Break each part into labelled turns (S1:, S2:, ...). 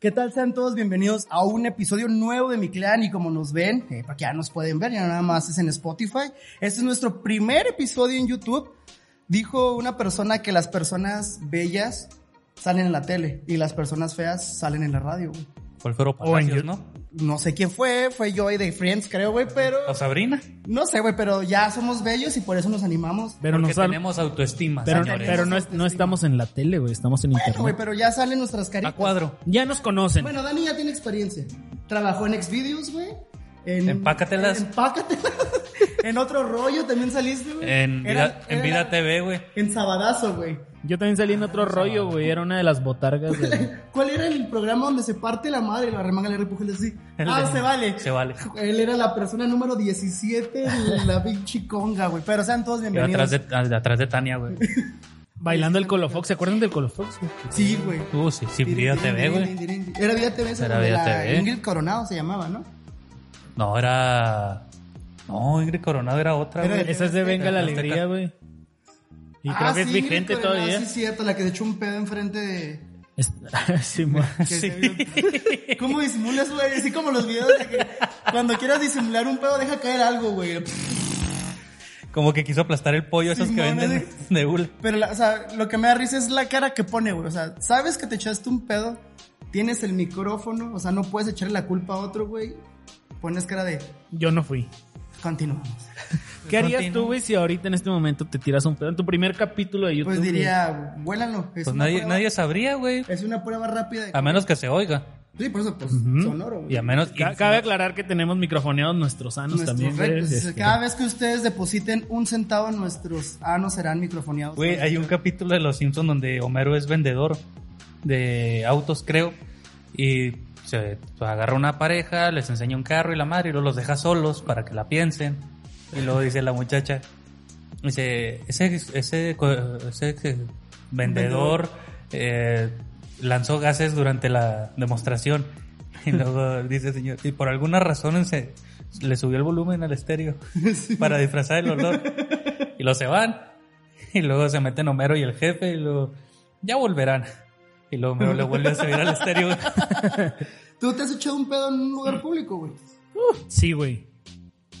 S1: ¿Qué tal? Sean todos bienvenidos a un episodio nuevo de Mi Clan y como nos ven, eh, porque ya nos pueden ver, ya nada más es en Spotify. Este es nuestro primer episodio en YouTube. Dijo una persona que las personas bellas salen en la tele y las personas feas salen en la radio, güey.
S2: Alfredo
S3: O en
S2: Palacios,
S3: Yu-
S2: ¿no?
S1: No sé quién fue, fue Joy de Friends, creo, güey, pero...
S2: O Sabrina.
S1: No sé, güey, pero ya somos bellos y por eso nos animamos.
S3: Pero,
S2: porque
S3: nos sal-
S2: tenemos autoestima,
S3: pero,
S2: señores.
S3: pero no, es- no estamos en la tele, güey. Estamos en
S1: Bueno, güey,
S3: internet.
S1: pero ya salen nuestras
S2: A
S1: caritas.
S2: cuadro.
S3: Ya nos conocen.
S1: Bueno, Dani ya tiene experiencia. Trabajó en Xvideos, güey. En,
S2: Empácatelas.
S1: En, empácatelas. en otro rollo también saliste, güey.
S2: En
S1: Era-
S2: Vida, en
S1: era-
S2: vida TV, güey.
S1: En Sabadazo, güey.
S3: Yo también salí en otro rollo, güey. Era una de las botargas. De...
S1: ¿Cuál era el programa donde se parte la madre y la remanga le repuja así?
S2: El
S1: Ah,
S2: de-
S1: se vale.
S2: Se vale.
S1: Él era la persona número 17 en la Big Chiconga, güey. Pero sean todos
S2: Yo
S1: bienvenidos.
S2: atrás de, al- atrás de Tania, güey.
S3: Bailando el Colofox. ¿Se acuerdan del Colofox? güey?
S1: Sí, güey.
S2: Uh, sí, sí, Vida TV, güey.
S1: Era Vida TV, esa
S2: Era
S1: donde
S2: Vida
S1: la
S2: TV.
S1: Ingrid Coronado se llamaba, ¿no?
S2: No, era... No, Ingrid Coronado era otra,
S1: Era
S2: güey.
S3: Esa es de Venga la Alegría, güey. Y creo
S1: Ah,
S3: que es
S1: sí,
S3: vigente
S1: Ingrid Coronado,
S3: todavía.
S1: Sí, es cierto, la que se echó un pedo enfrente de...
S3: Es- Sí, mo-
S1: Que te- ¿Cómo disimulas, güey? Así como los videos de que cuando quieras disimular un pedo, deja caer algo, güey.
S2: Como que quiso aplastar el pollo, esos que
S1: Simón,
S2: venden de Pues hule.
S1: Pero, la- o sea, lo que me da risa es la cara que pone, güey. O sea, sabes que te echaste un pedo, tienes el micrófono, o sea, no puedes echarle la culpa a otro, güey. Pones cara de,
S3: Yo no fui.
S1: continuamos.
S3: ¿Qué harías
S2: Continúa.
S3: tú, güey, si ahorita en este momento te tiras un pedo? En tu primer capítulo de YouTube.
S1: Pues diría, vuélalo. Es,
S2: Pues
S1: una
S2: nadie,
S1: prueba-
S2: nadie sabría, güey.
S1: es una prueba rápida. de-
S2: A menos que se oiga.
S1: Sí, por eso, pues, sonoro, güey.
S2: Y a menos...
S3: güey.
S2: y-
S3: Ca- Cabe aclarar que tenemos microfoneados nuestros sanos
S1: Nuestros
S3: también.
S2: eh,
S3: güey.
S1: rectos.
S3: Este,
S1: Cada vez que ustedes depositen un centavo en nuestros anos serán microfoneados.
S2: Güey, hay un capítulo de Los Simpsons donde Homero es vendedor de autos, creo, y se agarra una pareja, les enseña un carro y la madre, y luego los deja solos para que la piensen. Y luego dice la muchacha, dice, ese, ese, co- ese que- vendedor eh, lanzó gases durante la demostración. Y luego dice el señor, y por alguna razón se, le subió el volumen al estéreo para disfrazar el olor. Y luego se van. Y luego se meten Homero y el jefe y luego ya volverán. Y luego Homero le vuelve a subir al estéreo.
S1: ¿Tú te has echado un pedo en un lugar público, güey?
S3: Sí, güey.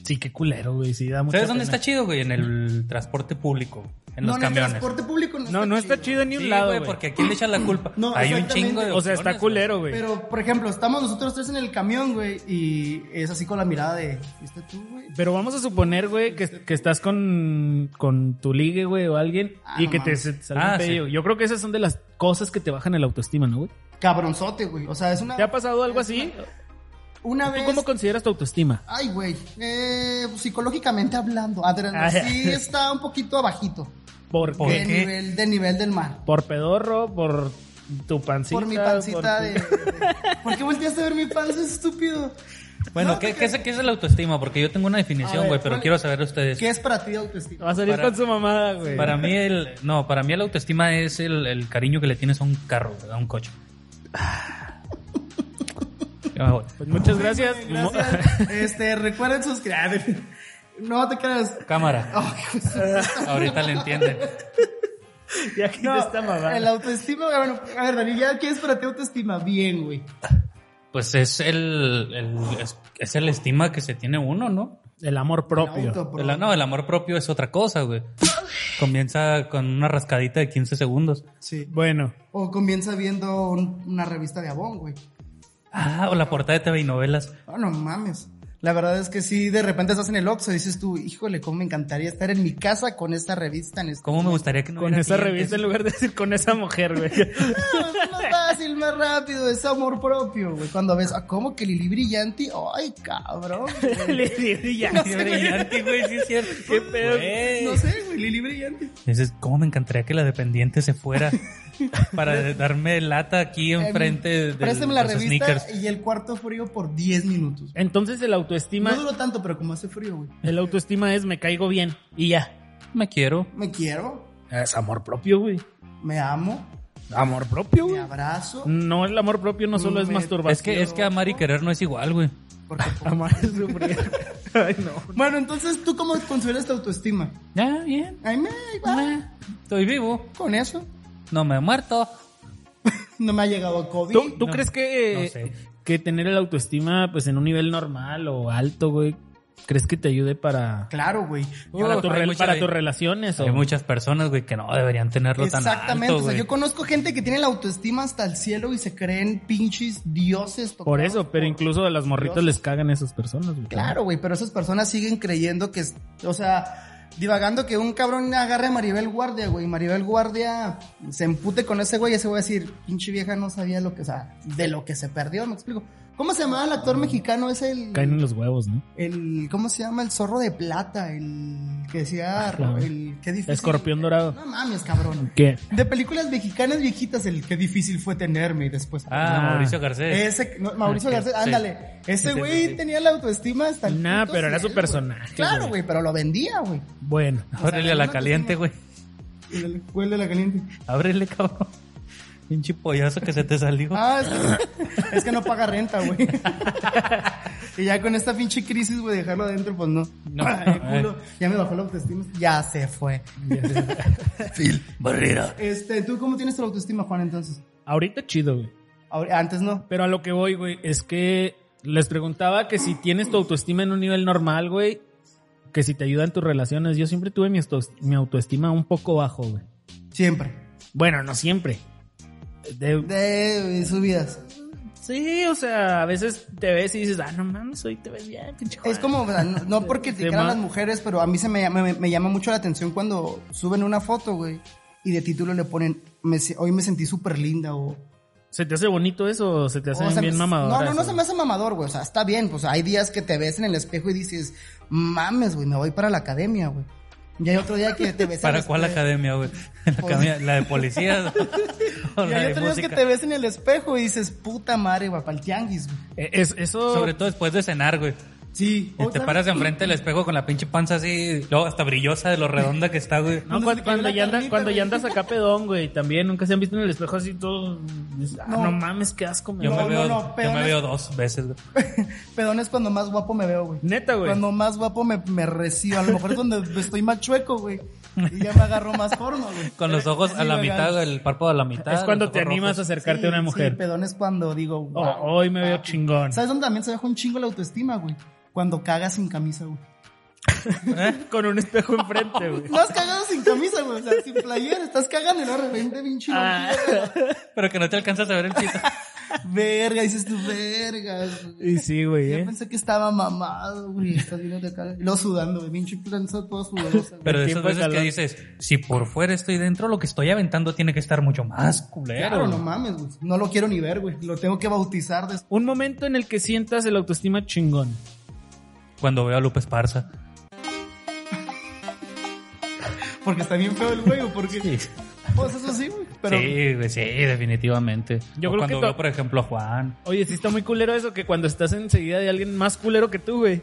S3: Sí, qué culero, güey. Sí, da mucha
S2: ¿Sabes dónde
S3: pena.
S2: está chido, güey? En el transporte público, en los
S1: no,
S2: camiones.
S1: en el transporte público no,
S3: No, no está chido ni un
S2: Sí,
S3: lado,
S2: güey,
S3: güey.
S2: porque aquí le echan la culpa.
S1: No,
S2: Hay un
S1: exactamente.
S2: chingo de
S3: O sea, está
S2: opciones,
S3: culero, güey.
S1: Pero, por ejemplo, estamos nosotros tres en el camión, güey, y es así con la mirada de, ¿viste tú, güey?
S3: Pero vamos a suponer, güey, que, que estás con, con tu ligue, güey, o alguien
S1: Ah,
S3: y
S1: no
S3: que te
S1: mames.
S3: se- te sale un
S2: Ah,
S3: pedillo. Yo creo que esas son de las cosas que te bajan el autoestima, ¿no, güey?
S1: Cabronzote, güey. O sea, es una...
S3: ¿Te ha pasado algo así?
S1: Una
S3: ¿Tú
S1: vez...
S3: cómo consideras tu autoestima?
S1: Ay, güey. Eh, psicológicamente hablando, Adrián,
S3: Ay.
S1: sí está un poquito abajito.
S3: Ah, ¿Por,
S2: ¿Por
S3: qué?
S1: de
S2: qué?
S1: nivel, de nivel del mar.
S3: ¿Por pedorro? ¿Por tu pancita?
S1: por mi pancita
S3: por
S1: de,
S3: tu-
S1: de- ¿Por qué volteaste a ver mi panza, estúpido?
S2: Bueno,
S1: No,
S2: ¿qué,
S1: te
S2: qué es, qué es el autoestima? Porque yo tengo una
S1: A
S2: definición,
S1: ver,
S2: güey, pero
S1: ¿cuál-
S2: quiero saber de ustedes.
S1: ¿Qué es para ti autoestima?
S3: Va a salir
S2: Para-
S3: con su mamada, güey.
S2: Para mí el... No, para mí el autoestima es el, el cariño que le tienes a un carro, güey, a un coche. Ya me voy.
S3: Pues muchas gracias.
S1: Gracias. Este, recuerden suscribirse. No te creas.
S2: Cámara.
S1: Oh, hijo de su puta.
S2: Ahorita le entienden.
S3: ya aquí
S1: No,
S3: está mamada.
S1: el autoestima, bueno, a ver, Dani, ¿ya qué es para ti autoestima? Bien, güey.
S2: Pues es el, el- es, es el estima que se tiene uno, ¿no?
S3: El amor propio.
S1: Auto,
S2: El- no, el amor propio es otra cosa, güey. Comienza con una rascadita de 15 segundos.
S1: Sí.
S3: Bueno,
S1: O comienza viendo un- una revista de Avon, güey.
S2: Ah, o la portada de TV y novelas.
S1: Oh, no mames. La verdad es que si de repente estás en el Oxxo y dices tú, híjole, cómo me encantaría estar en mi casa con esta revista en este
S2: ¿Cómo me gustaría que no
S3: con
S2: hubiera
S3: esa
S2: clientes?
S3: revista en lugar de decir con esa mujer, güey.
S1: No, Ah, es más fácil, más rápido, es amor propio, güey. Cuando ves, ah, ¿cómo que Lili Brillanti? Ay, cabrón. güey.
S3: Le di- ya.
S2: Qué brillante, güey, sí es cierto.
S3: Qué pedo.
S2: Güey.
S1: No sé, güey, Lili Brillanti.
S2: Dices, ¿cómo me encantaría que la dependiente se fuera para darme lata aquí enfrente de
S1: Em, Préstame la
S2: los
S1: revista
S2: sneakers?
S1: y el cuarto frío por 10 minutos.
S3: Entonces el autoestima,
S1: No duró tanto, pero como hace frío, güey.
S3: el autoestima es me caigo bien y ya.
S2: Me quiero.
S1: Me quiero,
S3: Es amor propio, güey.
S1: me amo,
S3: Amor propio,
S1: me
S3: güey.
S1: abrazo.
S3: No, el amor propio no solo es
S1: Me-
S3: masturbación.
S2: Es que, es que amar y querer no es igual, güey.
S1: Porque,
S3: amar es sufrir. Ay, no.
S1: bueno, entonces, ¿tú cómo consideras tu autoestima?
S2: Ya, bien.
S1: Ay, me ahí va.
S2: Estoy vivo.
S1: Con eso.
S2: No me he muerto.
S1: No me ha llegado COVID.
S3: ¿Tú, tú
S2: No,
S3: crees que,
S2: no sé.
S3: que tener el autoestima pues en un nivel normal o alto, güey, crees que te ayude para,
S1: Claro, güey.
S2: Yo-
S3: para, tu
S2: hay
S3: re-
S2: mucha-
S3: para tus relaciones?
S2: Hay
S3: o-
S2: muchas personas, güey, que no deberían tenerlo tan alto,
S1: Exactamente. o sea,
S2: güey.
S1: yo conozco gente que tiene la autoestima hasta el cielo y se creen pinches dioses.
S3: Por
S1: tocados
S3: eso, pero
S1: por-
S3: incluso a las morritas
S1: Dios.
S3: les cagan esas personas, güey.
S1: Claro, güey, pero esas personas siguen creyendo que, es- o sea, divagando que un cabrón agarre a Maribel Guardia, güey. Maribel Guardia se empute con ese güey y ese güey va a decir, pinche vieja no sabía lo que, o sea, de lo que se perdió, me explico. ¿Cómo se llama el actor mexicano? Es el...
S3: Caen Ah. en los huevos, ¿no?
S1: el ¿Cómo se llama? El zorro de plata, el que decía...
S3: Ah, claro.
S1: el, qué difícil-
S3: Escorpión dorado.
S1: No mames, cabrón.
S3: ¿Qué?
S1: De películas mexicanas viejitas, el qué difícil fue tenerme y después...
S2: Ah, Mauricio Garcés.
S1: Ese, no, Mauricio
S2: Ah, sí,
S1: Garcés,
S2: sí.
S1: ándale. Ese
S2: Sí, sí,
S1: güey
S2: sí.
S1: tenía la autoestima hasta el
S3: Nah,
S1: puto
S3: pero era su
S1: cielo,
S3: personaje,
S1: güey. Claro,
S3: güey.
S1: güey, pero lo vendía, güey.
S3: Bueno.
S2: Ábrele
S1: sea,
S2: a la
S1: no te
S2: caliente, güey.
S1: Huele la caliente.
S2: Ábrele, cabrón. Pinche pollazo que se te salió.
S1: Ah, es que, es que no paga renta, güey. y ya con esta pinche crisis, güey, dejarlo adentro, pues no.
S2: No.
S3: eh.
S1: Ay, culo, ya me bajó la autoestima. Ya se fue.
S2: Phil Barrera.
S1: Este, ¿tú cómo tienes tu autoestima, Juan, entonces?
S3: Ahorita chido, güey.
S1: Ahora- Antes no.
S3: Pero a lo que voy, güey, es que les preguntaba que si tienes tu autoestima en un nivel normal, güey, que si te ayudan tus relaciones. Yo siempre tuve mi, autos- mi autoestima un poco bajo, güey.
S1: Siempre.
S3: Bueno, no siempre. De-
S1: De subidas.
S3: sí, o sea, a veces te ves y dices, ah, no mames, hoy te ves bien, pinche
S1: Es
S3: Juan".
S1: como, o sea, no, no por criticar a
S3: Tema.
S1: las mujeres, pero a mí se me, me- me llama mucho la atención cuando suben una foto, güey, y de título le ponen, "Me se- hoy me sentí súper linda o...
S3: ¿Se te hace bonito eso o se te hace
S1: o sea,
S3: bien
S1: me-
S3: mamador?
S1: No, no, no se me hace mamador, güey, o sea, está bien, pues hay días que te ves en el espejo y dices, mames, güey, me voy para la academia, güey. Y hay otro día que te ves... en
S2: ¿Para
S1: el
S2: cuál
S1: espejo-
S2: academia, güey? ¿La, academia- la de policías? ¿O
S1: Y
S2: la
S1: hay
S2: de
S1: otro día que
S2: música?
S1: te ves en el espejo y dices, puta madre, güey, para el tianguis, güey.
S3: Es, eso... Oh,
S2: Sobre todo después de cenar, güey.
S1: Sí.
S2: Y te paras enfrente del espejo con la pinche panza así, luego hasta brillosa de lo redonda que está, güey.
S3: No,
S1: ¿Dónde se
S3: cuando,
S1: quedó
S3: cuando
S1: la
S3: ya andas,
S1: carnita,
S3: cuando ya
S1: güey?
S3: andas acá pedón, güey, también nunca se han visto en el espejo así todo. dices, "Ah,
S1: No.
S3: no. mames, qué asco, me
S2: Yo,
S1: No,
S2: me,
S1: no,
S2: veo,
S1: no,
S2: yo me
S1: peones.
S2: veo dos veces, güey.
S1: Pedón es cuando más guapo me veo, güey.
S3: Neta, güey.
S1: Cuando más guapo me, me recibo. A lo mejor es cuando estoy más chueco, güey. Y ya me agarro más porno, güey.
S2: Con los ojos a
S1: Sí,
S2: la
S1: güey,
S2: mitad,
S1: ganas.
S2: el párpado a la mitad.
S3: Es cuando
S2: los
S3: te
S2: ojos
S3: animas a
S2: rojos.
S3: acercarte
S1: Sí,
S3: a una
S1: Sí,
S3: mujer.
S1: pedón es cuando digo, wow,
S3: Oh, hoy me veo
S1: papi.
S3: chingón.
S1: Ah, ¿Sabes dónde también se deja un chingo la autoestima, güey? Cuando cagas sin camisa, güey.
S3: ¿Eh? Con un espejo enfrente, güey.
S1: No has cagado sin camisa, güey. O sea, sin playera. Estás cagando y luego de repente, pinche.
S3: Ah.
S1: lonjilla,
S2: Pero que no te alcanzas a ver el pito.
S1: Verga, dices tú, vergas, güey.
S3: Y sí, güey,
S1: Yo
S3: ¿eh?
S1: pensé que estaba mamado, güey. Estás lleno de cara. Y luego sudando, güey. Pinche planza todo sudorosa, güey.
S2: Pero de
S3: El
S2: esas
S3: tiempo de
S2: veces que
S3: calor.
S2: dices, si por fuera estoy dentro, lo que estoy aventando tiene que estar mucho más culero.
S1: Claro, no mames, güey. No lo quiero ni ver, güey. Lo tengo que bautizar después.
S3: Un momento en el que sientas el autoestima chingón.
S2: Cuando veo a Lupe Esparza.
S1: Porque está bien feo el juego, porque. Pues eso sí, güey. Pero.
S2: sí, güey, sí, definitivamente.
S3: Yo
S2: Yo
S3: creo
S2: cuando
S3: que to-
S2: veo, por ejemplo, a Juan.
S3: Oye, sí está muy culero eso, que cuando estás enseguida de alguien más culero que tú, güey,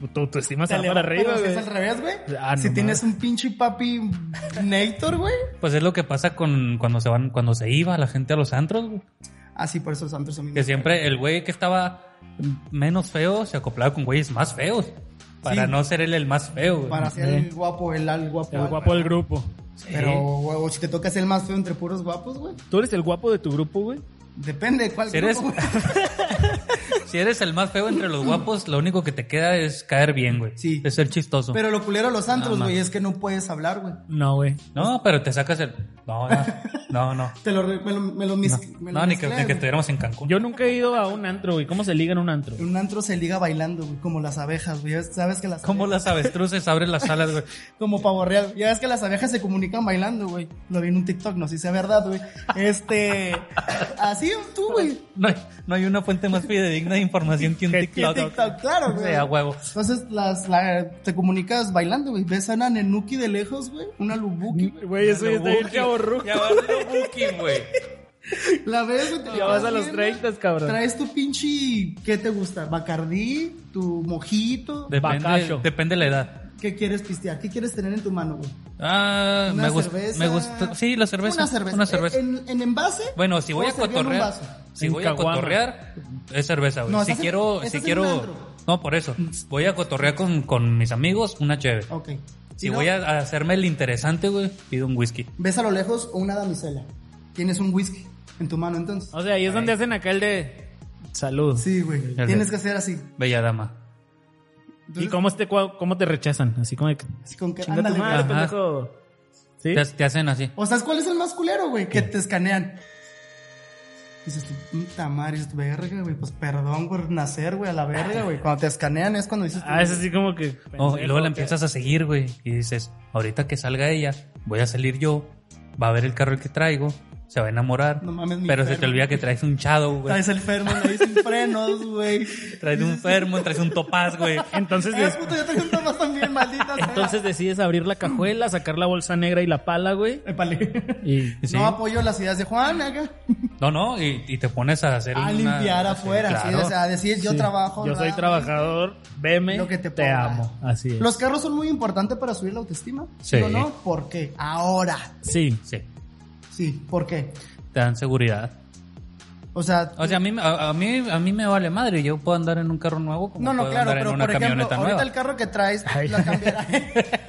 S3: pues, tu autoestima se va para
S1: Pero
S3: arriba,
S1: si
S3: güey.
S1: es al revés, güey.
S3: Ah, no
S1: si tienes
S3: mames.
S1: un pinche papi Nator, güey.
S2: Pues es lo que pasa con cuando se van, cuando se iba la gente a los antros, güey.
S1: Así Ah, por eso los antros son bien-
S2: Que siempre el güey que estaba menos feo se acoplaba con güeyes más feos. Para
S1: Sí.
S2: no ser él el más feo, güey.
S1: Para ser el guapo, el, al guapo.
S3: El
S1: al-
S3: guapo del grupo.
S2: Sí.
S1: Pero, güey, o si te toca ser el más feo entre puros guapos, güey.
S3: ¿Tú eres el guapo de tu grupo, güey?
S1: Depende de cuál
S2: Si eres-
S1: grupo, güey.
S2: si eres el más feo entre los guapos, lo único que te queda es caer bien, güey.
S1: Sí.
S2: De ser chistoso.
S1: Pero lo culero de los antros,
S2: Nada
S1: güey, es que no puedes hablar, güey.
S3: No, güey.
S2: No, pero te sacas el. No, no, no. no.
S1: Te lo, re- me lo, me lo mis- me lo
S2: No, ni que,
S1: mezclé,
S2: ni que
S1: güey.
S2: estuviéramos en Cancún.
S3: Yo nunca he ido a un antro, güey. ¿Cómo se liga en un antro?
S1: En un antro se liga bailando, güey, como las abejas, güey. Ya ves- Sabes que las
S2: Como las avestruces abren las alas, güey.
S1: Como pavo real. Ya ves que las abejas se comunican bailando, güey. Lo vi en un TikTok, no sé si sea verdad, güey. Este. Así tú, güey.
S2: No hay, no hay una fuente más fidedigna de información que un
S3: Que- que
S2: TikTok.
S1: TikTok, claro, güey.
S2: Sí, a huevo.
S1: Entonces las, la- te comunicas bailando, güey. Ves a una nenuki de lejos, güey. Una lubuki, güey.
S3: Güey, eso ya está bien chaborruco.
S2: Ya vas a booking, güey.
S1: La ves, güey. te
S3: Ya
S1: la
S3: vas
S1: vas
S3: a los
S1: viendo.
S3: 30, cabrón.
S1: Traes tu pinche. ¿Qué te gusta? Bacardí, tu mojito.
S2: Depende,
S3: Bacacho.
S2: depende la edad.
S1: ¿Qué quieres pistear? ¿Qué quieres tener en tu mano, güey?
S2: Ah,
S1: Una
S2: me gusta.
S1: cerveza.
S2: Me gusta. Sí, la cerveza.
S1: Una cerveza. Eh,
S2: Una cerveza.
S1: ¿En, en envase?
S2: bueno, si voy
S1: ¿O
S2: a
S1: servido en un
S2: cotorrear,
S1: vaso?
S2: si
S3: En
S2: voy
S3: caguama.
S2: a cotorrear, es cerveza, güey.
S1: No,
S2: si
S1: estás en-
S2: quiero,
S1: estás
S2: si
S1: en un
S2: quiero,
S1: antro.
S2: no, por eso. Voy a cotorrear con, con mis amigos, una chévere.
S1: Ok.
S2: Si
S1: no,
S2: voy a a hacerme el interesante, güey, pido un whisky.
S1: Ves a lo lejos una damisela. Tienes un whisky. en tu mano entonces.
S3: O sea, ahí es donde hacen acá el de salud.
S1: Sí, güey.
S2: Ajá.
S1: Tienes que hacer así.
S2: Bella dama.
S1: Entonces,
S3: ¿Y cómo te, cua- cómo te rechazan? Así como de que,
S1: así con que,
S3: "Chinga tu
S1: ándale, güey.
S3: madre,
S2: Ajá.
S3: pendejo". ¿Sí?
S2: Te, te hacen así.
S1: O sabes cuál es el más culero, güey, que te escanean. Dices tú, puta madre, dices tú, verga, güey, pues perdón por nacer, güey, a la verga, güey. Cuando te escanean es cuando dices tú,
S3: Ah, es así como que.
S2: Oh, y luego la empiezas a seguir, güey. Y dices, ahorita que salga ella, voy a salir yo. Va a ver el carro que traigo. Se va a enamorar.
S1: No mames, mi
S2: pero se
S1: perro.
S2: te olvida que traes un shadow, güey.
S1: traes el fermo, le dicen frenos, güey.
S2: Traes un fermo, traes un topaz, güey.
S3: Entonces,
S1: Eh,
S3: des-
S1: puto, yo traigo un tomás también, maldita sea.
S3: entonces decides abrir la cajuela, sacar la bolsa negra y la pala, güey.
S1: Épale.
S3: Y
S2: Sí.
S1: No apoyo las ideas de Juan, acá.
S2: No, no, y, y te pones a hacer
S1: A
S2: una-
S1: limpiar
S2: así,
S1: afuera, sí,
S2: claro.
S1: o sea, decir yo
S3: Sí.
S1: trabajo.
S3: Yo soy
S1: nada,
S3: trabajador, veme,
S1: Lo que te,
S3: te
S1: ponga.
S3: amo. Así es.
S1: Los carros son muy importantes para subir la autoestima.
S2: Sí.
S1: ¿Sí o no? ¿Por qué? Ahora.
S3: Sí.
S2: Sí,
S1: Sí, ¿por qué?
S2: te dan seguridad.
S1: O sea,
S2: O sea, a mí, a, a mí, a mí me vale madre. Yo puedo andar en un carro nuevo como
S1: no, no,
S2: puedo
S1: claro,
S2: andar
S1: pero
S2: en una
S1: por ejemplo,
S2: camioneta
S1: ahorita
S2: nueva.
S1: el carro que traes la cambiará.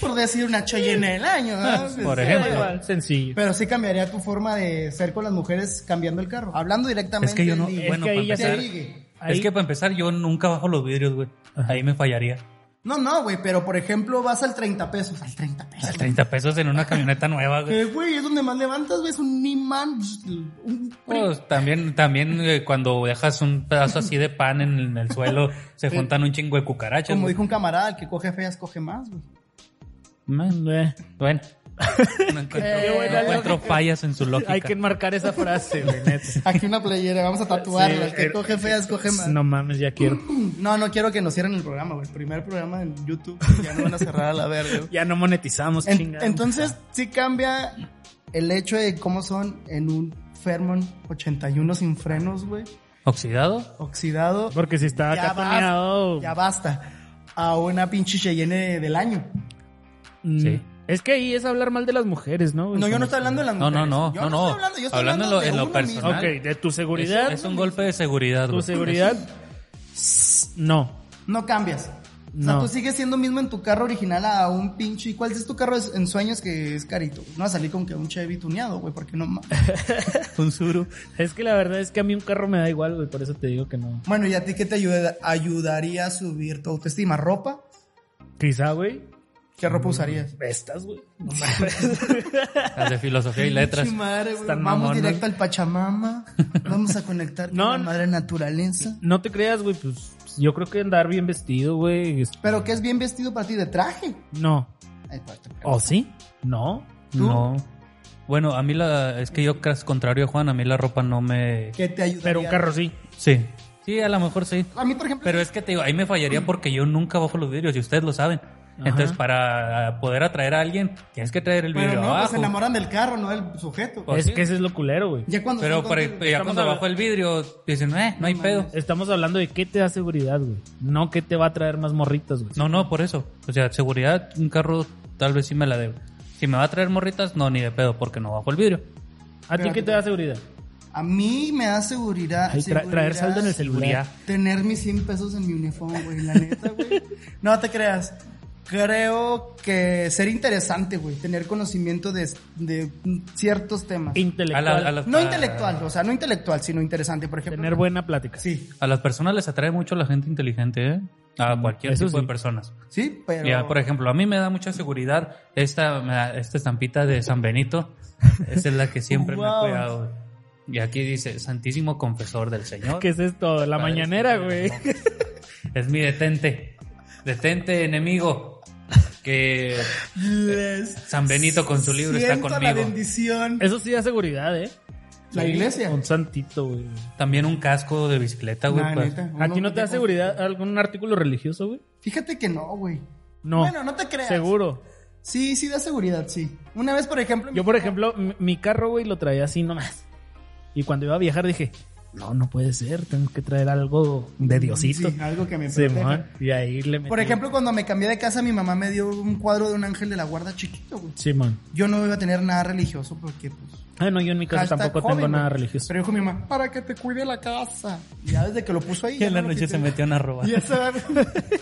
S1: por decir una Cheyenne el año. ¿no?
S2: Por
S1: Sí,
S2: ejemplo.
S1: da igual.
S3: Sencillo.
S1: Pero sí cambiaría tu forma de ser con las mujeres cambiando el carro. Hablando directamente.
S2: Es que yo no...
S1: del-
S2: bueno,
S3: que
S2: para
S3: ahí ya se-
S2: empezar...
S1: del ligue.
S3: Ahí-
S2: Es que para empezar yo nunca bajo los vidrios, güey. Ahí me fallaría.
S1: No, no, güey, pero por ejemplo vas al 30 pesos. Al 30 pesos.
S2: Al 30 pesos en una camioneta nueva, güey.
S1: Eh, güey, es donde más levantas, güey, es un imán. Un...
S2: Pues también, también eh, cuando dejas un pedazo así de pan en, el- en el suelo, se juntan un chingo de cucarachas.
S1: Como
S2: güey.
S1: dijo un camarada, el que coge feas coge más, güey.
S2: Man,
S3: Eh,
S2: Bueno, no encuentro,
S1: Qué
S2: no
S1: buena
S2: encuentro fallas en su lógica.
S3: Hay que enmarcar esa frase, güey, neta.
S1: Aquí una playera, vamos a tatuarla. el que
S3: eh,
S1: coge feas coge más.
S3: No mames, ya quiero.
S1: No, no quiero que nos cierren el programa, güey. Primer programa en YouTube. Ya no van a cerrar a la verga. güey.
S3: Ya no monetizamos,
S1: En-
S3: chingada.
S1: entonces, sí cambia el hecho de cómo son en un Fairmont 81 sin frenos, güey.
S2: ¿Oxidado?
S1: Oxidado.
S3: Porque si estaba
S1: Ya basta,
S3: catoneado.
S1: Ya basta. A una pinche Cheyenne del año.
S3: mm,
S2: Sí.
S3: Es que ahí es hablar mal de las mujeres, ¿no? güey?
S1: No, yo no
S3: Como-
S1: estoy hablando de las
S2: No, no,
S1: mujeres.
S2: no,
S1: Yo
S2: no,
S1: estoy
S2: no.
S1: hablando, yo estoy
S2: Hablando en lo-
S1: de
S2: en lo
S1: uno mismo.
S2: personal.
S3: Ok, de tu
S2: Es,
S3: seguridad.
S2: es un golpe de seguridad,
S3: Tu
S2: güey.
S3: seguridad. No.
S1: No cambias. O sea,
S3: No.
S1: tú sigues siendo mismo en tu carro original a un pinche. ¿Y cuál es tu carro en sueños que es carito? No va a salir con que un Chevy tuneado, güey, porque no. ma-
S2: Un suru.
S3: Es que la verdad es que a mí un carro me da igual, güey. Por eso te digo que no.
S1: Bueno, ¿y a ti qué te ayuda- ayudaría a subir tu autoestima? ¿Ropa?
S3: Quizá, güey.
S1: ¿Qué ropa usarías?
S3: Estas, güey. No mames.
S2: Las de filosofía y letras.
S1: Pinche madre, güey.
S3: Están
S1: Vamos
S3: mamonas.
S1: directo al Pachamama. Vamos a conectar con
S3: No,
S1: la
S3: no.
S1: madre naturaleza.
S3: No te creas, güey. Pues yo creo que andar bien vestido, güey. es-
S1: Pero ¿qué es bien vestido para ti? ¿De traje?
S3: No.
S1: Ahí está, te pregunto.
S3: ¿O sí? No.
S1: ¿Tú?
S2: No. Bueno, a mí la... Es que yo, cras- contrario a Juan, a mí la ropa no me...
S1: ¿Qué te ayudaría?
S3: Pero un carro sí.
S2: Sí. Sí, a lo mejor sí.
S1: A mí, por ejemplo.
S2: Pero es que te digo, ahí me fallaría porque yo nunca bajo los vidrios y ustedes lo saben. Entonces, para poder atraer a alguien, tienes que traer el vidrio
S1: Pero no, pues
S2: abajo.
S1: se enamoran del carro, no del sujeto.
S2: Pues
S3: es
S2: sí.
S3: que ese es lo culero, güey.
S1: Ya cuando
S2: Pero
S1: son
S2: por-
S1: contigo-
S2: ya cuando
S3: hablando-
S2: bajo el vidrio, dicen, eh, no hay pedo.
S3: Estamos hablando de qué te da seguridad, güey. No qué te va a traer más morritas, güey.
S2: No, no, por eso. O sea, seguridad, un carro tal vez sí me la debe. Si me va a traer morritas, no, ni de pedo, porque no bajo el vidrio.
S3: ¿A ti qué te da seguridad?
S1: A mí me da seguridad.
S3: Ay, tra-
S1: seguridad
S3: traer saldo en el celular.
S1: Tener mis 100 pesos en mi uniforme, güey, la neta, güey. No te creas. Creo que ser interesante, güey. Tener conocimiento de, de ciertos temas.
S3: Intelectual.
S2: A la- a la-
S1: No intelectual, o sea, no intelectual, sino interesante, por ejemplo.
S3: Tener buena plática.
S1: Sí,
S2: A las personas les atrae mucho la gente inteligente, ¿eh? A cualquier
S3: eso
S2: tipo
S3: sí.
S2: de personas.
S1: sí, pero...
S2: Mira, por ejemplo, a mí me da mucha seguridad esta, me da- esta estampita de San Benito. Esa es la que siempre me ha
S1: Wow.
S2: cuidado. güey. Y aquí dice, Santísimo Confesor del Señor.
S3: ¿Qué es esto? La
S2: Padre,
S3: mañanera,
S2: Señor,
S3: güey.
S2: Es mi detente. Detente, enemigo. Que
S1: Les
S2: San Benito con su libro está
S1: siento la
S2: conmigo.
S1: bendición.
S3: Eso sí da seguridad, ¿eh?
S1: La iglesia.
S3: Un santito, güey.
S2: También un casco de bicicleta, güey.
S1: La
S2: pues.
S1: neta,
S3: ¿A
S1: uno-
S3: ti no te da seguridad algún artículo religioso, güey?
S1: Fíjate que no, güey.
S3: No.
S1: Bueno, no te creas.
S3: Seguro.
S1: Sí, sí da seguridad, sí. Una vez, por ejemplo...
S3: Yo, por ejemplo, mi- mi carro, güey, lo traía así nomás. Y cuando iba a viajar dije, no, no puede ser, tengo que traer algo de Diosito.
S1: Sí, algo que me proteja.
S3: Simón. Y ahí le metí.
S1: Por ejemplo, cuando me cambié de casa, mi mamá me dio un cuadro de un ángel de la guarda chiquito, güey.
S3: Simón.
S1: Yo no iba a tener nada religioso porque, pues.
S3: Ah, no, yo en mi casa
S1: hashtag
S3: tampoco
S1: joven,
S3: tengo nada
S1: güey.
S3: religioso.
S1: Pero dijo mi mamá, para que te cuide la casa. Y ya desde que lo puso ahí.
S2: Y
S1: ya
S2: en
S1: no
S2: la
S1: lo
S2: noche
S1: quité.
S2: se metieron a robar.
S1: Y ese era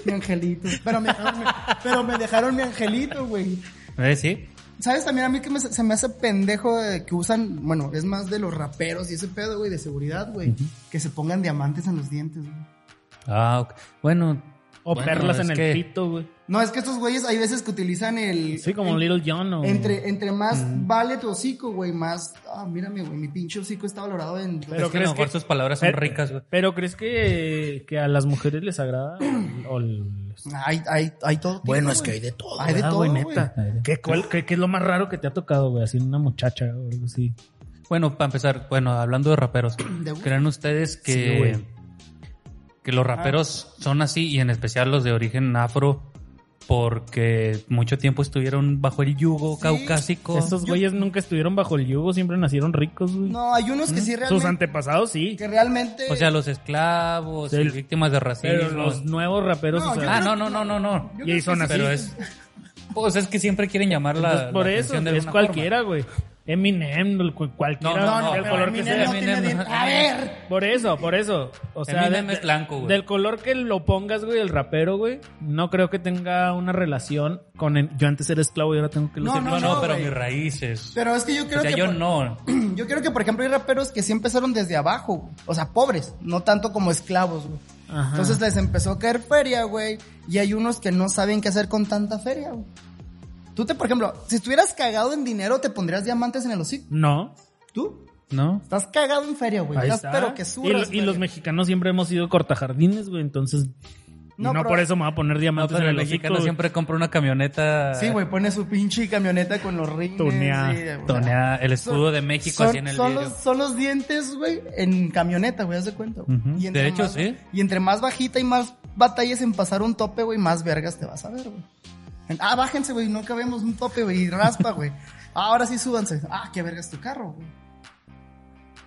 S1: mi angelito. Pero me, dejaron, mi- pero me dejaron mi angelito, güey.
S2: ¿Ves? ¿Eh, Sí.
S1: ¿Sabes también a mí que me- se me hace pendejo de que usan, bueno, es más de los raperos y ese pedo, güey, de seguridad, güey,
S2: Ujú.
S1: que se pongan diamantes en los dientes, güey.
S2: Ah, ok. Bueno.
S3: O
S2: bueno,
S3: perlas
S2: es
S3: en el
S2: que-
S3: pito, güey.
S1: No, es que estos güeyes hay veces que utilizan el...
S3: Sí, como
S1: el-
S3: Little John o...
S1: entre, entre más vale tu hocico, güey, más... Ah, mírame, güey, mi pinche hocico está valorado en...
S3: Pero
S2: es que a
S3: crees
S2: lo mejor
S3: que-
S2: sus palabras son
S1: Eh,
S3: Pero-
S2: ricas, güey.
S3: Pero ¿crees que, que a las mujeres les agrada? o les-
S1: Hay, hay, hay todo. tipo,
S4: Bueno, es
S1: güey.
S4: que hay de todo.
S1: Hay de
S3: Ah,
S1: todo,
S3: güey,
S1: güey.
S3: neta. ¿Qué, cuál- qué- qué es lo más raro que te ha tocado, güey? Así una muchacha o algo así.
S2: Bueno, para empezar, bueno, hablando de raperos,
S1: De gusto.
S2: ¿creen ustedes
S3: Sí,
S2: que,
S3: güey.
S2: que los
S1: Ah.
S2: raperos son así y en especial los de origen afro? Porque mucho tiempo estuvieron bajo el yugo
S1: Sí,
S2: caucásico.
S3: Estos güeyes nunca estuvieron bajo el yugo, siempre nacieron ricos, güey.
S1: No, hay unos que sí
S3: Sus
S1: realmente...
S3: antepasados sí.
S1: Que realmente...
S2: O sea, los esclavos,
S3: El-
S2: y víctimas de racismo.
S3: Pero los nuevos raperos,
S1: No,
S3: o sea,
S1: yo
S2: Ah, no, no, no, no, no.
S1: Yo creo
S3: y son
S1: que
S3: así.
S2: Pero es. Pues es que siempre quieren llamar la.
S3: Entonces, pues, por
S2: Ah, la
S3: eso,
S2: atención de
S3: es
S2: alguna
S3: cualquiera, güey. Eminem, el cu- cualquiera,
S2: No, no, no,
S3: del
S2: pero
S3: color que
S1: Eminem
S3: sea.
S1: no tiene
S2: Eminem no-
S1: dientes. A ver...
S3: Por eso, por eso. O sea,
S2: Eminem es blanco, güey.
S3: Del color que lo pongas, güey, el rapero, güey, no creo que tenga una relación con... el- yo antes era esclavo y ahora tengo que
S1: No,
S3: lucir.
S2: forma. No,
S1: no,
S2: no,
S1: no,
S2: pero
S1: güey.
S2: mis raíces.
S1: Pero es que yo creo
S2: o sea,
S1: que...
S2: yo
S1: por-
S2: no.
S1: Yo creo que, por ejemplo, hay raperos que sí empezaron desde abajo, güey. o sea, pobres, no tanto como esclavos, güey.
S3: Ajá.
S1: Entonces les empezó a caer feria, güey, y hay unos que no saben qué hacer con tanta feria, güey. Tú te, por ejemplo, si estuvieras cagado en dinero, te pondrías diamantes en el hocico.
S3: No.
S1: ¿Tú?
S2: ¿no.
S1: Estás cagado en feria, güey.
S3: Ahí
S1: Estás
S3: está.
S1: pero que
S3: y,
S1: zurras,
S3: lo- y los
S1: güey.
S3: mexicanos siempre hemos sido cortajardines, güey, entonces...
S1: No,
S3: No,
S1: pero-
S3: por eso me va a poner
S2: No,
S3: diamantes
S2: pero el
S3: en el hocico,
S2: mexicano
S3: güey.
S2: siempre compra una camioneta.
S1: Sí, güey, pone su pinche camioneta con los rines.
S3: Tunea,
S1: sí, güey.
S2: Tonea el escudo
S1: Son-
S2: de México
S1: son,
S2: así en el
S1: son
S2: vidrio.
S1: los, son los dientes, güey, en camioneta, güey, haz de cuenta. güey.
S2: Ujú.
S1: Y entre
S2: De hecho,
S1: más-
S2: sí.
S1: Y entre más bajita y más batallas en pasar un tope, güey, más vergas te vas a ver, güey. En- Ah, bájense, güey, no cabemos un tope, güey, y raspa, güey. Ah, Ahora sí súbanse. Ah, qué vergas tu carro, güey.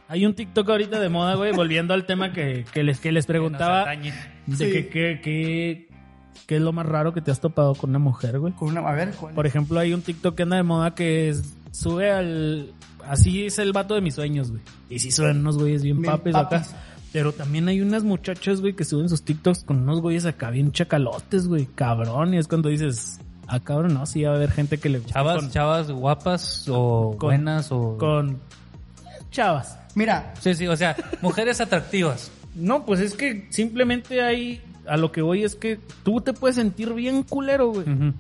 S3: Hay un TikTok ahorita de moda, güey, volviendo al tema que, que les, que les preguntaba
S2: Que nos atañe.
S3: de
S1: Sí.
S3: que, que- que- que es lo más raro que te has topado con una mujer, güey.
S1: Con una, a ver, ¿cuál?
S3: Por ejemplo, hay un TikTok que anda de moda que es- sube al... Así es el vato de mis sueños, güey. Y sí suben unos güeyes bien,
S1: Bien
S3: papes, acá.
S1: papis.
S3: Pero también hay unas muchachas, güey, que suben sus TikToks con unos güeyes acá bien chacalotes, güey. Cabrón. Y es cuando dices, ah, cabrón, no, sí va a haber gente que le gusta
S2: Chavas,
S3: con,
S2: chavas guapas o
S3: Con-
S2: buenas o.
S3: con chavas.
S1: Mira,
S2: Sí, sí, o sea, mujeres atractivas.
S3: No, pues es que simplemente hay... A lo que voy es que tú te puedes sentir bien culero, güey.
S2: Ujú.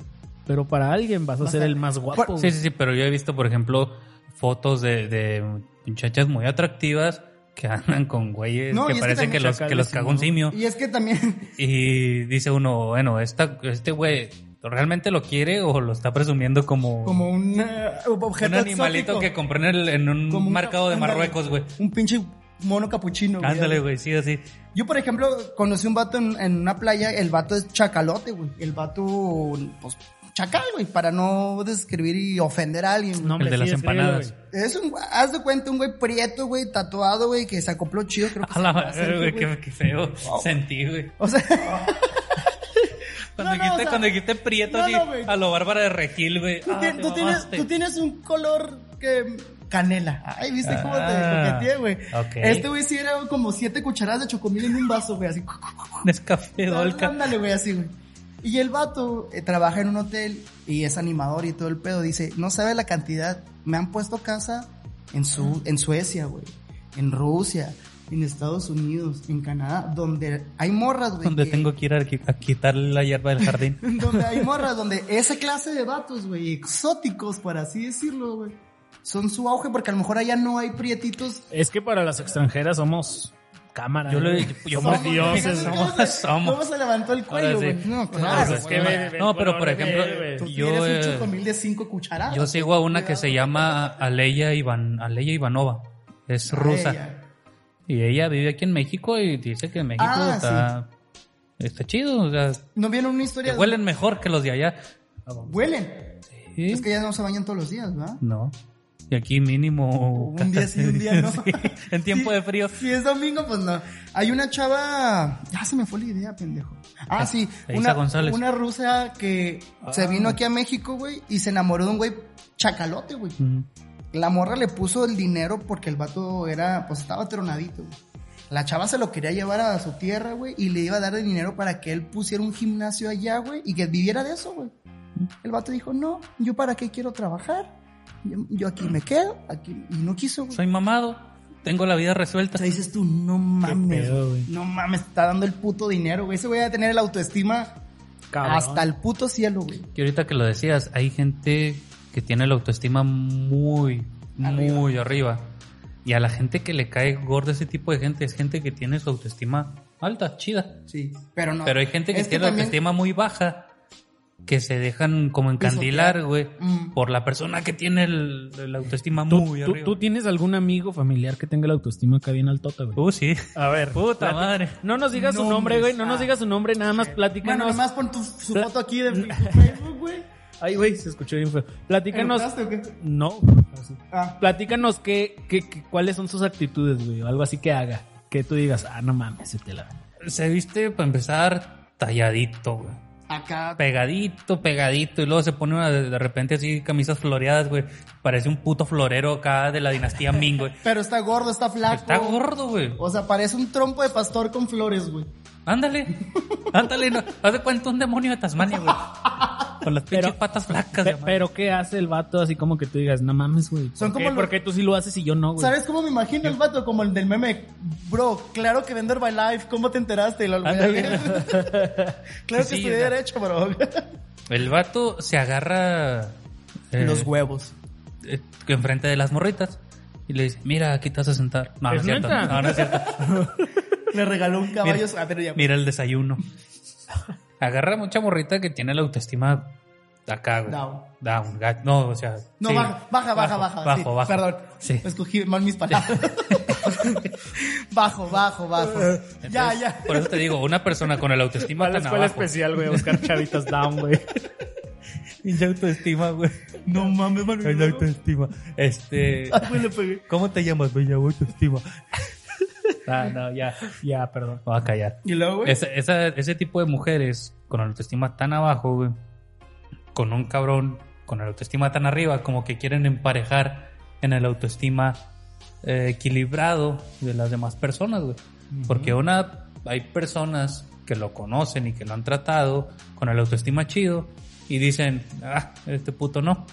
S3: Pero para alguien vas a
S1: Vas
S3: ser
S1: a-
S3: el más guapo,
S2: Sí,
S3: güey.
S2: sí, sí, pero yo he visto, por ejemplo, fotos de, de muchachas muy atractivas que andan con güeyes
S1: No, y
S2: que
S1: es que
S2: parece que,
S1: también
S2: los, que los
S3: chacales,
S2: cagó un
S3: ¿no?
S2: simio.
S1: y es que también.
S2: Y dice uno, bueno, esta, este güey realmente lo quiere o lo está presumiendo como,
S1: Como un eh, objeto
S2: un animalito
S1: exótico.
S2: que compré en, el- en un
S1: Como un
S2: mercado de
S1: ándale,
S2: Marruecos, güey.
S1: Un pinche mono capuchino, güey.
S2: Ándale, güey, sí, así.
S1: Yo, por ejemplo, conocí un vato en, en una playa, el vato es chacalote, güey. El vato, pues, chacal, güey, para no describir y ofender a alguien. güey.
S3: No, hombre,
S2: El de las
S3: descríbelo,
S2: empanadas.
S3: güey.
S1: Es un, haz de cuenta, un güey prieto, güey, tatuado, güey, que se acopló chido, creo que
S2: A
S1: se
S2: la
S1: llama
S2: madre,
S1: Sergio,
S2: güey, Ah,
S1: güey.
S2: qué, qué feo sentí, güey.
S1: O sea, No,
S2: Cuando
S1: no,
S2: dijiste,
S1: o sea,
S2: cuando dijiste prieto
S1: no,
S2: así,
S1: no, güey.
S2: a lo bárbara de Regil, güey.
S1: tú,
S2: Ah,
S1: tien-
S2: te
S1: tú tienes,
S2: mamaste.
S1: tú tienes un color que... Canela. Ay, ¿viste cómo
S2: Ah,
S1: te coqueteé, güey?
S2: ok.
S1: Este güey sí era como siete cucharadas de chocomil en un vaso, güey, así.
S2: Nescafé Dolca.
S1: Ándale, güey, así, güey. Y el vato eh, trabaja en un hotel y es animador y todo el pedo. Dice, no sabe la cantidad. Me han puesto casa en, su, en Suecia, güey. En Rusia, en Estados Unidos, en Canadá, donde hay morras, güey.
S2: Donde
S1: que-
S2: tengo que ir a, qui- a quitarle la hierba del jardín.
S1: Donde hay morras, donde esa clase de vatos, güey, exóticos, por así decirlo, güey. Son su auge porque a lo mejor allá no hay prietitos.
S3: Es que para las extranjeras somos cámara.
S2: Yo le-
S3: ¿eh?
S2: yo-
S3: somos
S2: yo-
S3: dioses.
S1: fíjate
S2: somos-
S1: cómo se-
S2: somos.
S1: ¿Cómo se levantó el
S2: Ahora
S1: cuello,
S2: sí.
S1: güey? No,
S3: pues
S1: claro.
S3: es que
S1: güey.
S3: ve- ve
S2: No,
S3: el
S2: pero
S3: color
S2: por
S3: de
S2: ejemplo,
S3: piel, güey.
S1: Tú
S2: yo,
S1: tienes
S2: eh,
S1: un chocomil de cinco cucharadas.
S2: yo sigo a una que se
S1: Cuidado.
S2: llama Aleya, Ivan, Aleya Ivanova. Es rusa.
S1: Ella.
S2: Y ella vive aquí en México y dice que México
S1: Ah,
S2: está, está chido. O sea,
S1: ¿No vieron una historia?
S2: que
S1: de-
S2: huelen mejor que los de allá.
S1: Huelen.
S2: Sí.
S1: Es que ya no se bañan todos los días, ¿verdad?
S2: No. Y aquí mínimo.
S1: Un día sí, un día no.
S2: Sí, En tiempo
S1: Sí.
S2: de frío.
S1: Si es domingo, pues no. Hay una chava. Ya se me fue la idea, pendejo. Ah, sí.
S2: Isa
S1: Una,
S2: González. Ah.
S1: una rusa que se vino aquí a México, güey, y se enamoró de un güey chacalote, güey.
S2: Mm.
S1: La morra le puso el dinero porque el vato era, pues estaba tronadito, güey. La chava se lo quería llevar a su tierra, güey, y le iba a dar el dinero para que él pusiera un gimnasio allá, güey, y que viviera de eso, güey. El vato dijo, no, ¿yo para qué quiero trabajar? Yo, yo aquí me quedo, aquí, y no quiso. güey.
S2: Soy mamado, tengo la vida resuelta.
S1: O sea, dices tú, no mames,
S3: pedo,
S1: güey.
S3: güey.
S1: no mames, está dando el puto dinero, güey. Ese güey va a tener la autoestima
S3: Cabrón.
S1: hasta el puto cielo, güey.
S2: Y ahorita que lo decías, hay gente que tiene la autoestima muy,
S1: Arriba.
S2: muy arriba. Y a la gente que le cae gordo ese tipo de gente es gente que tiene su autoestima alta, chida.
S1: Sí, pero no.
S2: Pero hay gente que
S1: Es
S2: tiene la
S1: también-
S2: autoestima muy baja que se dejan como encandilar,
S1: Pisotear.
S2: güey,
S1: Mm.
S2: por la persona que tiene el- la autoestima
S3: ¿Tú,
S2: muy
S3: tú-
S2: arriba.
S3: tú tienes algún amigo familiar que tenga la autoestima acá bien altota, güey?
S2: Uh, sí.
S3: A ver.
S2: Puta
S3: plati-
S2: madre.
S3: No nos digas su
S1: Nombres.
S3: nombre, güey. No
S1: Ah.
S3: nos digas su nombre, nada más
S1: Bueno,
S3: platícanos.
S1: nomás pon tu, su foto aquí de mi Facebook, güey.
S3: Ay, güey, se escuchó bien feo. Platícanos.
S1: ¿Eructaste o qué?
S3: No.
S1: Ah,
S3: Platícanos qué, qué- qué- cuáles son sus actitudes, güey. o Algo así que haga. Que tú digas, ah, no mames, se te la.
S2: Se viste para empezar talladito, güey.
S1: acá.
S2: Pegadito, pegadito, y luego se pone una de, de repente así camisas floreadas, güey. Parece un puto florero acá de la dinastía Ming, güey.
S1: Pero está gordo, está flaco.
S2: Está gordo, güey.
S1: O sea, parece un trompo de pastor con flores, güey.
S2: Ándale, ándale, no. haz de cuenta un demonio de Tasmania, güey. Con las pinches
S3: Pero-
S2: patas flacas,
S3: Pe-
S2: de madre.
S3: pero ¿qué hace el vato así como que tú digas, no mames, güey?
S1: Son
S3: ¿Por, qué?
S1: como los-
S3: ¿Por qué tú sí lo haces y yo no, güey?
S1: ¿Sabes cómo me imagino el vato? Como el del meme, bro, claro que vender by life, ¿cómo te enteraste? Y la-
S2: Ándale.
S1: claro
S2: Sí,
S1: que
S2: o
S1: estudié
S2: sea.
S1: derecho, bro.
S2: El vato se agarra eh,
S1: Los huevos.
S2: eh, enfrente de las morritas y le dice, mira, aquí te vas a sentar. No, no es
S3: ¿Es
S2: cierto.
S3: neta?
S2: No, no es cierto.
S1: Me regaló un caballo. Ah, pero ya.
S2: Mira el desayuno. Agarra mucha morrita que tiene la autoestima acá, güey.
S1: Down.
S2: Down, ga- No, o sea.
S1: No,
S2: sí.
S1: baja, baja, baja, baja.
S2: Bajo, Bajo,
S1: sí.
S2: bajo.
S1: Perdón. Pues,
S2: Sí.
S1: Escogí mal mis palabras. bajo, bajo, bajo. ya, ya.
S2: Por eso te digo, una persona con el autoestima tan abajo.
S3: güey, a buscar chavitas down, güey.
S2: Pinche autoestima, güey.
S1: No mames, mano.
S2: Pinche autoestima. Este.
S1: Ah, güey, le pegué.
S2: ¿Cómo te llamas? Me llamo autoestima.
S3: Ah, no, ya, ya, perdón.
S2: Me voy a callar.
S1: Y luego, güey.
S2: Esa- esa- ese tipo de mujeres con la autoestima tan abajo, güey, con un cabrón con la autoestima tan arriba, como que quieren emparejar en el autoestima eh, equilibrado de las demás personas, güey. Porque una, hay personas que lo conocen y que lo han tratado con el autoestima chido y dicen, ah, este puto no.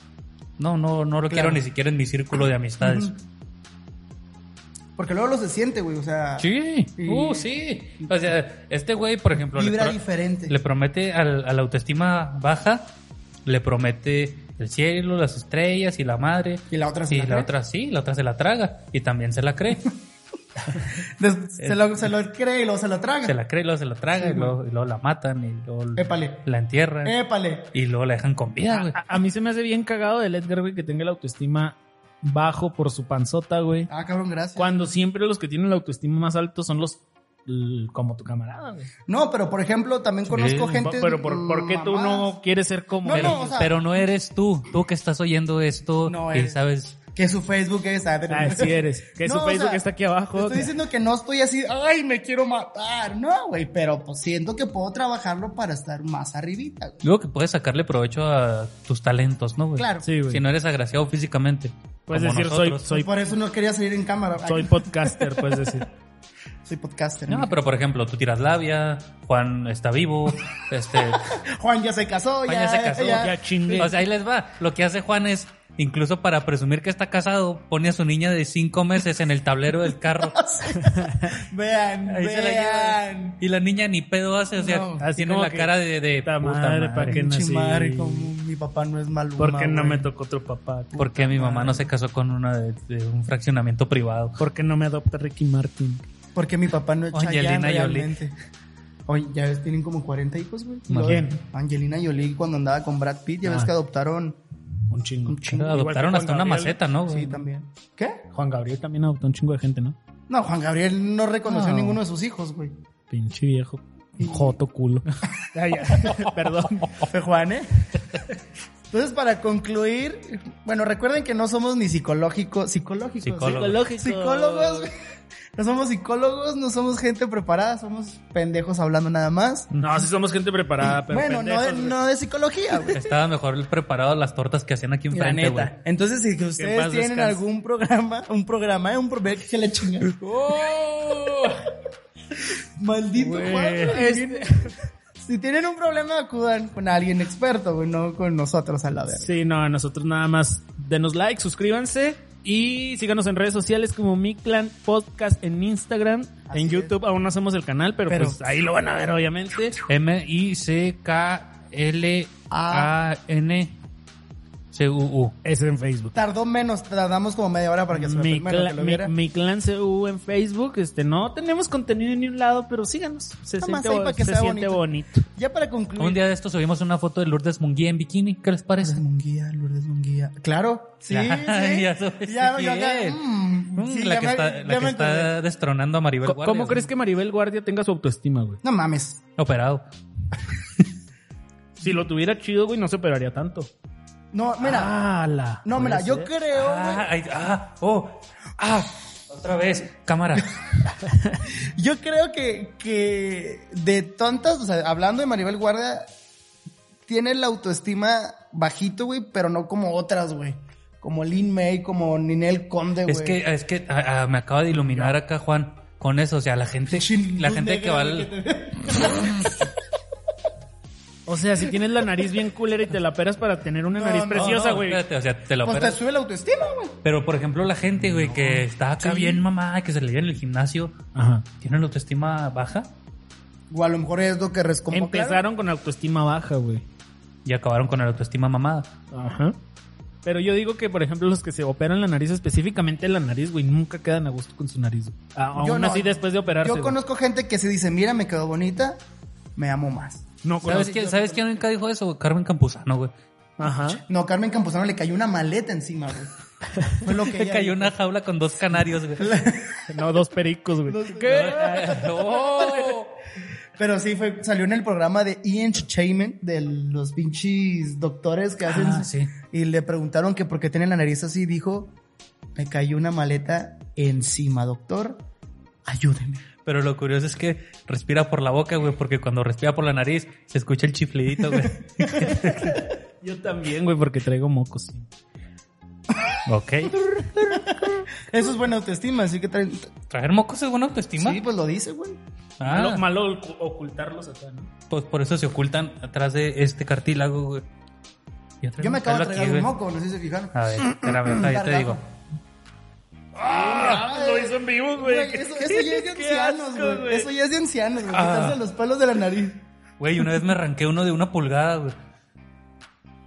S2: No, no, no lo quiero ni siquiera en mi círculo de amistades.
S1: Porque luego lo se siente, güey. O sea,
S2: Sí,
S1: Y-
S2: uh, sí. O sea, este güey, por ejemplo, le
S1: vibra
S2: pro-
S1: diferente.
S2: le promete al, a la autoestima baja, le promete el cielo, las estrellas y la madre.
S1: Y la otra se
S2: y
S1: la
S2: la,
S1: cree.
S2: otra sí, la otra se la traga y también se la cree.
S1: Des- se, lo, se lo cree y luego se lo traga.
S2: se la cree, luego se la traga
S1: Sí,
S2: y, luego, y luego la matan y luego
S1: Épale. Eh. Ah,
S2: la entierran
S1: Épale.
S2: y luego la dejan con vida, güey.
S3: Ah, A, a mí se me hace bien cagado del Edgar, güey, que tenga la autoestima bajo por su panzota, güey.
S1: Ah, cabrón, gracias.
S3: Cuando siempre los que tienen la autoestima más alto son los l- como tu camarada, güey.
S1: No, pero por ejemplo, también conozco
S2: Sí,
S1: gente.
S3: Pero ¿por, ¿por qué tú
S1: mamadas,
S3: no quieres ser como
S1: No,
S3: él?
S2: Pero,
S1: o sea-
S2: pero no eres tú, tú que estás oyendo esto
S1: No
S2: y
S1: eres.
S2: sabes,
S1: Que su Facebook es. ah, pero-
S3: Así eres. Que su
S1: No, o
S3: Facebook
S1: sea,
S3: está aquí
S1: Te
S3: abajo.
S1: Estoy diciendo que no estoy así, ay, me quiero matar. No, güey, pero pues siento que puedo trabajarlo para estar más arribita, güey.
S2: digo que puedes sacarle provecho a tus talentos, ¿no, güey?
S1: Claro.
S3: Pues, Sí, güey.
S2: Si no eres agraciado físicamente.
S3: Puedes
S2: como
S3: decir, soy,
S2: nosotros.
S3: soy,
S1: Pues, Por eso no quería salir en cámara. Ay,
S3: soy podcaster, puedes decir.
S1: soy podcaster.
S2: No,
S1: mira.
S2: pero por ejemplo, tú tiras labia, Juan está vivo, este...
S1: Juan ya se casó,
S2: Juan
S1: ya,
S2: ya se casó,
S3: ya chingue.
S2: O sea, ahí les va. Lo que hace Juan es, incluso para presumir que está casado, pone a su niña de cinco meses en el tablero del carro.
S1: Vean,
S2: Ahí se la lleva.
S1: vean.
S2: Y la niña ni pedo hace, o sea,
S1: No.
S3: Así
S2: tiene
S3: como
S2: la
S3: que,
S2: cara de, de
S3: puta
S2: puta
S3: madre, ¿pa'
S2: madre.
S3: qué?
S1: Pinche
S3: nací.
S1: madre, como mi papá no es malo.
S3: ¿Por qué no me tocó otro papá?
S2: ¿Por qué mi mamá no se casó con una de, de un fraccionamiento privado?
S3: ¿Por qué no me adopta Ricky Martin?
S1: Porque mi papá no es
S2: Oye,
S1: Chayanne
S2: Angelina Jolie.
S1: realmente. Oye, ya ves, tienen como 40 hijos, güey. Y
S2: Más
S1: luego,
S3: bien.
S1: Angelina Jolie cuando andaba con Brad Pitt, ya ves
S3: Ah.
S1: que adoptaron.
S3: Un chingo.
S1: Un chingo.
S3: Igual que
S2: Adoptaron
S3: Juan
S2: hasta una
S3: Gabriel.
S2: maceta, ¿no? güey?
S1: Sí, también. ¿Qué?
S3: Juan Gabriel también adoptó un chingo de gente, ¿no?
S1: No, Juan Gabriel no reconoció
S2: No.
S1: ninguno de sus hijos, güey.
S3: Pinche viejo. Joto culo. Perdón.
S1: Fue Juan, ¿eh? Entonces, para concluir, bueno, recuerden que no somos ni psicológicos, psicológicos, ¿sí?
S2: Psicólogos.
S1: psicólogos, güey. no somos psicólogos, no somos gente preparada, somos pendejos hablando nada más.
S3: No, sí somos gente preparada, pero
S1: bueno, no de,
S3: pendejos, güey.
S1: no de psicología, güey.
S2: Estaba mejor preparado las tortas que hacían aquí
S1: La
S2: enfrente, güey.
S1: neta. Entonces, si que ustedes
S3: paz
S1: tienen
S3: descanse.
S1: algún programa, un programa, ¿eh? un programa que la chinga.
S2: ¡Oh!
S1: Maldito
S3: Güey.
S1: Juan. güey. Si tienen un problema, acudan con alguien experto, güey, no con nosotros a la verga.
S3: Sí, no, a nosotros nada más denos like, suscríbanse y síganos en redes sociales como Mi Clan Podcast en Instagram,
S1: Así
S3: en
S1: es.
S3: YouTube aún no hacemos el canal, pero,
S2: Pero-
S3: pues ahí lo van a ver obviamente.
S2: M-I-C-K-L-A-N. C-U-U.
S3: Es en Facebook.
S1: Tardó menos, tardamos como media hora para que se lo
S3: Mi,
S1: primero que
S3: cla-
S1: lo
S3: mi-
S1: viera.
S3: mi clan CU en Facebook, este no tenemos contenido en ni un lado, pero síganos. Se
S1: Nada más
S3: siente,
S1: ahí
S3: bo-
S1: para que
S3: se
S1: sea
S3: siente bonito.
S1: Ya para
S2: Un
S1: concluir.
S2: día de estos subimos una foto de Lourdes Munguía en bikini. ¿Qué les parece?
S1: Lourdes Munguía, Lourdes Munguía. Claro, sí,
S2: Ya,
S1: sí.
S2: ya sabes
S1: Ya,
S2: quién.
S1: yo acá, mm,
S2: Mm,
S1: sí,
S2: la
S1: ya
S2: que,
S1: me-
S2: está, la
S1: ya
S2: que
S1: me
S2: está
S1: acordé.
S2: destronando a Maribel
S3: Co-
S2: Guardia.
S3: ¿Cómo crees que Maribel Guardia tenga su autoestima, güey?
S1: No mames.
S2: Operado.
S3: Si lo tuviera chido, güey, no se operaría tanto.
S1: No, mira,
S3: Ala,
S1: no, mira,
S3: puede
S1: yo
S3: ser.
S1: creo, güey,
S2: Ah, ay, ah, oh, ah, otra vez. Cámara.
S1: Yo creo que, que de tontas, o sea, hablando de Maribel Guardia, tiene la autoestima bajito, güey, pero no como otras, güey. Como Lin May, como Ninel Conde, güey.
S2: es que, es que ah, ah, me acaba de iluminar acá, Juan, con eso. O sea, la gente,
S1: Chin,
S2: la
S1: luz
S2: gente que
S1: negra,
S2: va
S1: güey,
S2: al.
S1: que te-
S3: O sea, si tienes la nariz bien culera y te la operas para tener una
S1: No,
S3: nariz
S1: no,
S3: preciosa,
S2: No,
S3: güey.
S2: espérate, o sea, te la
S1: Pues te
S2: operas.
S1: sube la autoestima, güey.
S2: Pero por ejemplo, la gente, güey, que está acá bien mamá, que se le dio en el gimnasio,
S3: Ajá.
S2: ¿tiene la autoestima baja?
S1: O a lo mejor es lo que rescompone.
S3: Empezaron con autoestima baja, güey.
S2: Y acabaron con la autoestima mamada.
S3: Ajá. Pero yo digo que, por ejemplo, los que se operan la nariz, específicamente la nariz, güey, nunca quedan a gusto con su nariz. güey. A- Aún
S1: Yo no.
S3: así, después de operarse.
S1: Yo
S3: güey.
S1: conozco gente que se dice, mira, me quedó bonita, me amo más.
S3: No
S2: ¿Sabes,
S3: conozco.
S2: quién, ¿sabes quién nunca dijo eso? güey? Carmen Campuzano, güey.
S3: Ajá.
S1: No, Carmen Campuzano le cayó una maleta encima, güey. Fue lo que
S2: Le
S1: ella
S2: cayó una jaula con dos canarios, güey.
S3: No, dos pericos, güey.
S1: ¿Qué?
S2: ¡Oh!
S1: Pero sí, fue, salió en el programa de E! Entertainment, de los pinches doctores que hacen.
S2: Ah, sí.
S1: Y le preguntaron que por qué tiene la nariz así. Dijo: Me cayó una maleta encima, doctor. Ayúdeme.
S2: Pero lo curioso es que respira por la boca, güey, porque cuando respira por la nariz se escucha el chiflidito, güey.
S3: Yo también, güey, porque traigo mocos. sí.
S2: ok.
S1: Eso es buena autoestima, así que traen.
S2: ¿Traer mocos es buena autoestima?
S1: Sí, pues lo dice, güey.
S2: Ah,
S3: Malo, malo ocu- ocultarlos acá, ¿no?
S2: pues por eso se ocultan atrás de este cartílago, güey. Ya
S1: Yo me acabo de
S2: traerlo
S1: tragar
S2: aquí,
S1: un
S2: güey. Ah.
S1: moco, no sé si se fijaron.
S2: A ver, espérame, ahorita yo te digo.
S3: Ah, lo hizo en vivo, güey.
S1: Güey, Eso, eso ya es de
S3: Qué
S1: ancianos,
S3: asco,
S1: güey.
S3: güey.
S1: Eso ya es de ancianos, güey.
S2: Ah.
S1: Quitarse los pelos de la nariz.
S2: Güey, una vez me arranqué uno de una pulgada, güey.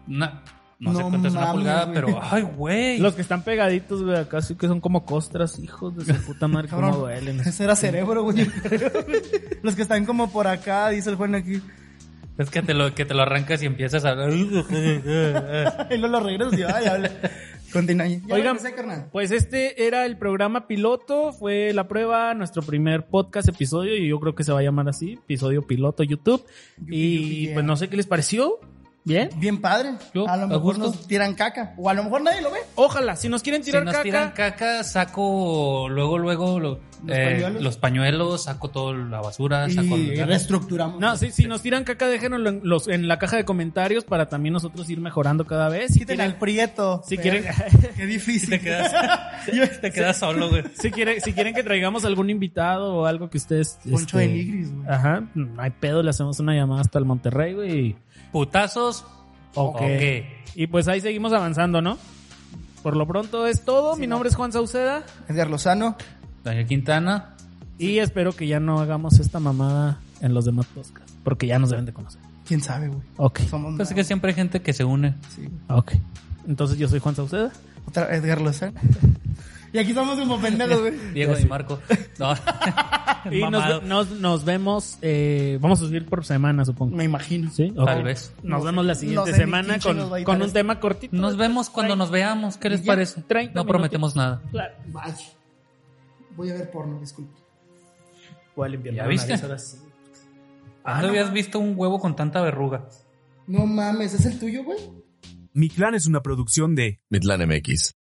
S2: Una- no, sé
S1: No
S2: cuánto es una
S1: mames,
S2: pulgada,
S1: güey.
S2: pero ay, güey.
S3: Los que están pegaditos, güey, acá sí que son como costras, hijos de su puta madre, cómo
S1: Cabrón,
S3: duelen.
S1: ese era cerebro, güey. Los que están como por acá, dice el Juan aquí.
S2: Es que te lo que te lo arrancas y empiezas a
S1: Y luego lo regreso y ay, habla. Continúa. Ya lo
S3: Oigan,
S1: empecé, carnal.
S3: pues este era el programa piloto, fue la prueba, nuestro primer podcast episodio, y yo creo que se va a llamar así, episodio piloto YouTube.
S1: yupi,
S3: Y
S1: yeah.
S3: pues no sé qué les pareció, ¿bien.
S1: Bien padre.
S2: Yo,
S1: a lo
S2: a
S1: mejor
S2: gusto.
S1: nos tiran caca. O a lo mejor nadie lo ve.
S3: Ojalá, si nos quieren
S2: Si
S3: tirar
S2: nos
S3: caca,
S2: tiran caca, saco luego, luego lo-
S1: Los
S2: eh,
S1: pañuelos.
S2: los pañuelos, saco toda la basura, saco
S1: Y
S2: el-
S1: reestructuramos.
S3: no, si, si nos tiran caca, déjenos en, los- en la caja de comentarios para también nosotros ir mejorando cada vez. Si
S1: Quiten
S3: quieren,
S1: al prieto.
S3: si
S1: Verga,
S3: quieren,
S1: Qué difícil. este,
S2: te quedas, te quedas solo, güey.
S3: si quieren, si quieren que traigamos algún invitado o algo que ustedes.
S1: Poncho
S3: este,
S1: de Nigris, güey.
S3: Ajá, no hay pedo, le hacemos una llamada hasta el Monterrey, güey. y-
S2: Putazos.
S3: Ok.
S2: Ok.
S3: Y pues ahí seguimos avanzando, ¿no? Por lo pronto es todo. Mi nombre es Juan Sauceda
S1: Edgar Lozano.
S2: Daniel Quintana.
S3: y espero que ya no hagamos esta mamada en los demás podcasts, porque ya nos deben de conocer.
S1: Quién sabe, güey.
S3: Ok.
S1: Somos.
S2: Pues es que siempre hay gente que se une.
S1: Sí, güey.
S3: Ok. Entonces yo soy Juan Sauceda.
S1: Otra Edgar Lozano. y aquí estamos como pendejos, güey.
S2: Diego y Marco. No.
S3: Y
S2: Mamado.
S3: nos, nos, nos vemos. eh, vamos a subir por semana, supongo.
S1: Me imagino.
S3: Sí, ok.
S2: Tal vez.
S3: Nos vemos la siguiente
S1: No sé ni
S3: semana
S1: quién
S3: con,
S1: chingados va a editar
S3: con un
S1: esto.
S3: tema cortito.
S2: Nos vemos cuando nos veamos. ¿Qué les
S1: Ya,
S2: parece?
S3: 30
S2: No prometemos nada.
S3: Claro.
S1: Vaya. Voy a ver porno, disculpe.
S3: Voy a limpiar
S2: ¿Ya
S3: la
S2: viste?
S3: nariz ahora sí.
S2: ¿Cuándo habías visto un huevo con tanta verruga?
S1: No mames, ¿es el tuyo, güey?
S4: Mi Clan es una producción de
S5: Midland MX.